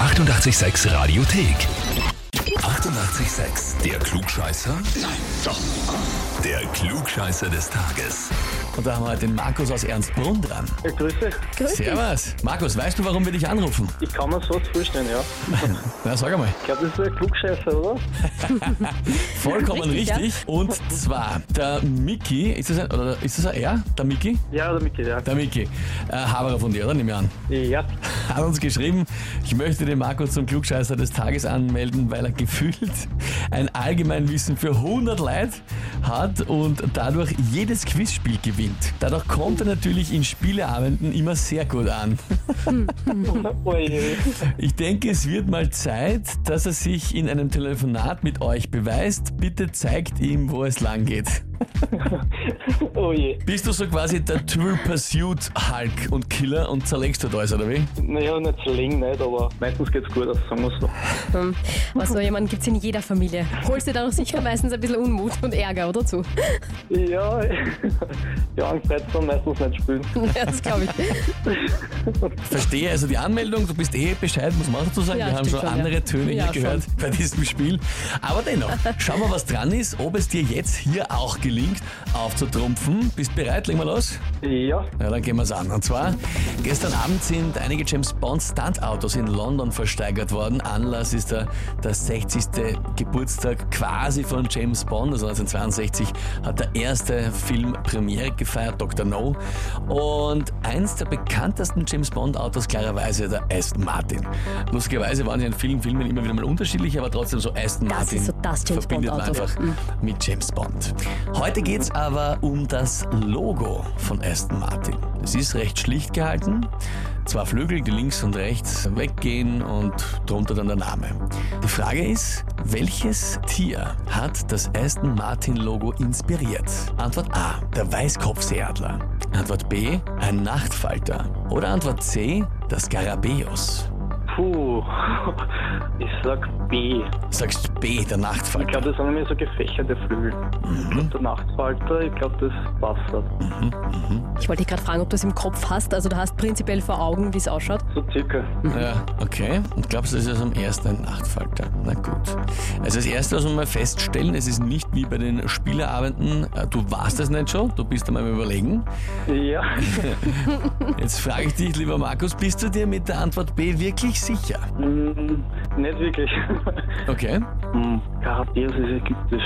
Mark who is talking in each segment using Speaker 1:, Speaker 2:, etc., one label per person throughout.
Speaker 1: 886 Radiothek. 88,6. Der Klugscheißer? Nein, doch. Der Klugscheißer des Tages.
Speaker 2: Und da haben wir halt den Markus aus Ernstbrunn dran.
Speaker 3: Ja, Grüße.
Speaker 4: Grüß dich.
Speaker 2: Servus. Markus, weißt du, warum wir dich anrufen?
Speaker 3: Ich kann mir sowas vorstellen, ja.
Speaker 2: Na, sag einmal.
Speaker 3: Ich glaube, das ist ein Klugscheißer, oder?
Speaker 2: Vollkommen
Speaker 4: Richtig,
Speaker 2: richtig.
Speaker 4: ja.
Speaker 2: Und zwar, der Miki, ist das ein, oder ist das ein R? Der Miki?
Speaker 3: Ja, damit geht ja.
Speaker 2: Der Miki. Äh, Haberer von dir, oder? Nehme ich an.
Speaker 3: Ja,
Speaker 2: Hat uns geschrieben, ich möchte den Markus zum Klugscheißer des Tages anmelden, weil er gefühlt ein Allgemeinwissen für 100 Leute hat und dadurch jedes Quizspiel gewinnt. Dadurch kommt er natürlich in Spieleabenden immer sehr gut an.
Speaker 3: oje.
Speaker 2: Ich denke, es wird mal Zeit, dass er sich in einem Telefonat mit euch beweist. Bitte zeigt ihm, wo es lang geht.
Speaker 3: Oje.
Speaker 2: Bist du so quasi der Triple Pursuit Hulk und Killer und zerlegst dort alles, oder wie?
Speaker 3: Naja, nicht so lang, nicht, aber meistens geht's gut aus, sagen wir so.
Speaker 4: Hm. Aber so jemanden gibt es in jeder Familie. Holst dir dann auch sicher meistens ein bisschen Unmut und Ärger, oder zu?
Speaker 3: Ja, ja, am Freitag meistens nicht spielen.
Speaker 4: Ja, das glaube ich.
Speaker 2: Verstehe also die Anmeldung, du bist eh Bescheid, muss man auch dazu sagen.
Speaker 4: Ja,
Speaker 2: wir haben schon
Speaker 4: stimmt schon,
Speaker 2: andere
Speaker 4: ja.
Speaker 2: Töne
Speaker 4: Ja,
Speaker 2: hier gehört bei diesem Spiel. Aber dennoch, schauen wir, was dran ist, ob es dir jetzt hier auch gelingt, aufzutrumpfen. Bist bereit? Legen wir los.
Speaker 3: Ja,
Speaker 2: Ja, dann gehen wir's an. Und zwar, gestern Abend sind einige James Bond Stuntautos in London versteigert worden. Anlass ist der, der 60. Geburtstag quasi von James Bond. Also 1962 hat der erste Film Premiere gefeiert, Dr. No. Und eins der bekanntesten James Bond Autos klarerweise der Aston Martin. Lustigerweise waren ja in vielen Filmen immer wieder mal unterschiedlich, aber trotzdem so Aston
Speaker 4: Das
Speaker 2: Martin
Speaker 4: ist so das James
Speaker 2: verbindet man
Speaker 4: Bond Auto.
Speaker 2: einfach mit James Bond. Heute geht's aber um das Logo von Aston Martin. Es ist recht schlicht gehalten. Zwei Flügel, die links und rechts weggehen und drunter dann der Name. Die Frage ist, welches Tier hat das Aston Martin Logo inspiriert? Antwort A, der Weißkopfseeadler. Antwort B, ein Nachtfalter. Oder Antwort C, der Skarabäus.
Speaker 3: puh. Ich sag B.
Speaker 2: Sagst B, der
Speaker 3: Ich
Speaker 2: Nachtfalter.
Speaker 3: glaube, das sind immer so gefächerte Flügel. Ich glaub, Der Nachtfalter, ich glaube, das passt. halt.
Speaker 4: Ich wollte dich gerade fragen, ob du es im Kopf hast. Also du hast prinzipiell vor Augen, wie es ausschaut.
Speaker 3: So circa.
Speaker 2: Ja, Äh, okay. Und glaubst du, es ist am ersten ein Nachtfalter? Na gut. Also das Erste, was wir mal feststellen, es ist nicht wie bei den Spielerabenden, äh, du warst es nicht schon, du bist einmal im Überlegen.
Speaker 3: Ja,
Speaker 2: Jetzt frage ich dich, lieber Markus, bist du dir mit der Antwort B wirklich sicher?
Speaker 3: Hm, nicht wirklich.
Speaker 2: Okay.
Speaker 3: Hm, Karabias ist ägyptisch.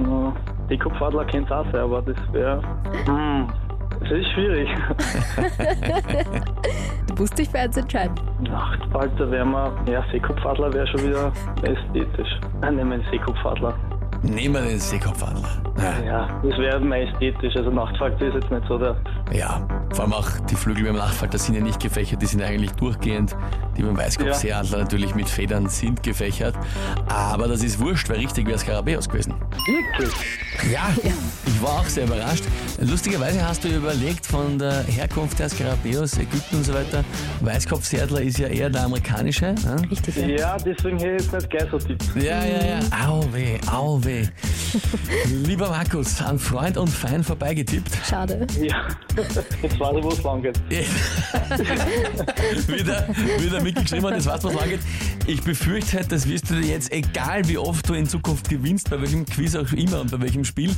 Speaker 3: Ja, Die Kupfadler kennt auch sehr, aber das wäre. Hm, es ist schwierig.
Speaker 4: Du musst dich für eins entscheiden.
Speaker 3: Nachtfalter wäre mal. Ja, Seekupfadler wäre schon wieder ästhetisch. Nein, nehmen wir den Seekupfadler.
Speaker 2: Nehmen wir den Seekopfadler. Ja.
Speaker 3: Ja, das wäre mal ästhetisch. Also Nachtfalter ist jetzt nicht so der.
Speaker 2: ja, vor allem auch die Flügel beim Nachtfalter sind ja nicht gefächert, die sind ja eigentlich durchgehend. Die beim Weißkopfseeadler natürlich mit Federn sind gefächert. Aber das ist wurscht, weil richtig wäre Skarabäus gewesen.
Speaker 3: Wirklich?
Speaker 2: Ja, ich war auch sehr überrascht. Lustigerweise hast du überlegt, von der Herkunft der Skarabäus, Ägypten und so weiter, Weißkopfseadler ist ja eher der amerikanische. Ne?
Speaker 4: Richtig, ja.
Speaker 3: Ja, deswegen hätte ich jetzt nicht gleich so tippt.
Speaker 2: Ja, ja, ja. Au weh, au weh. Lieber Markus, an Freund und Feind vorbeigetippt.
Speaker 4: Schade.
Speaker 3: Ja, jetzt weiß ich, wo es lang geht.
Speaker 2: wieder, wieder mitgeschrieben hat, das weißt du, was lang geht. Ich befürchte, halt, das wirst du dir jetzt, egal wie oft du in Zukunft gewinnst, bei welchem Quiz auch immer und bei welchem Spiel,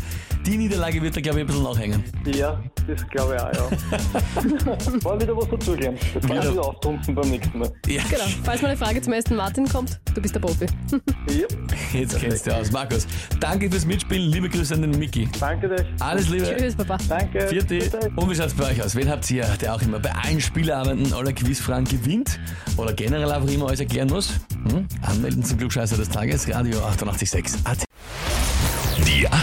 Speaker 2: die Niederlage wird da, glaube ich, ein bisschen nachhängen.
Speaker 3: Ja, das glaube ich auch, ja. War wieder was dazugehen. Das kann ich
Speaker 2: Wieder.
Speaker 3: wieder auftrumpfen beim nächsten Mal.
Speaker 2: Ja,
Speaker 4: Genau. Falls mal eine Frage zum ersten Martin kommt, du bist der Profi.
Speaker 3: Ja,
Speaker 2: Jetzt kennst du aus. Markus, danke fürs Mitspielen. Liebe Grüße an den Mickey.
Speaker 3: danke euch.
Speaker 2: Alles Liebe.
Speaker 4: Tschüss, Papa.
Speaker 3: Danke.
Speaker 2: Vierte.
Speaker 3: Bitte.
Speaker 2: Und wie schaut's bei euch aus? Wen habt ihr, der auch immer bei allen Spielabenden aller Quizfragen gewinnt oder generell einfach immer alles erklären muss? Hm? Anmelden zum Glückscheißer des Tages, Radio 886 AT.
Speaker 1: Die